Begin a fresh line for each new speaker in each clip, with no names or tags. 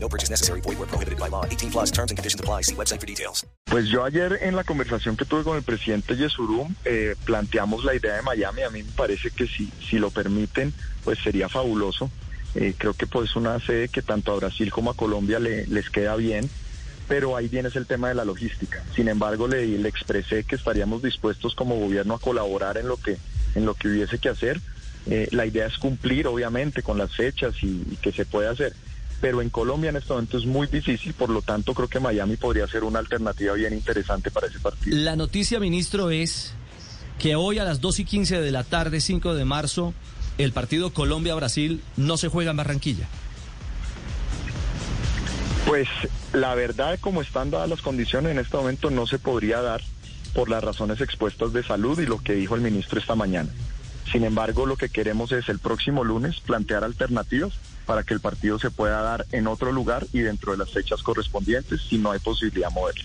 No purchase necessary. Void where prohibited by law. 18 plus terms and conditions apply. See website for details.
Pues yo ayer en la conversación que tuve con el presidente Yesurum eh, planteamos la idea de Miami. A mí me parece que si, si lo permiten, pues sería fabuloso. Eh, creo que pues una sede que tanto a Brasil como a Colombia le, les queda bien, pero ahí viene el tema de la logística. Sin embargo, le, le expresé que estaríamos dispuestos como gobierno a colaborar en lo que, en lo que hubiese que hacer. Eh, la idea es cumplir, obviamente, con las fechas y, y que se puede hacer pero en Colombia en este momento es muy difícil, por lo tanto creo que Miami podría ser una alternativa bien interesante para ese partido.
La noticia, ministro, es que hoy a las 2 y 15 de la tarde, 5 de marzo, el partido Colombia-Brasil no se juega en Barranquilla.
Pues la verdad, como están dadas las condiciones en este momento, no se podría dar por las razones expuestas de salud y lo que dijo el ministro esta mañana. Sin embargo, lo que queremos es el próximo lunes plantear alternativas para que el partido se pueda dar en otro lugar y dentro de las fechas correspondientes si no hay posibilidad de moverlo.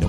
No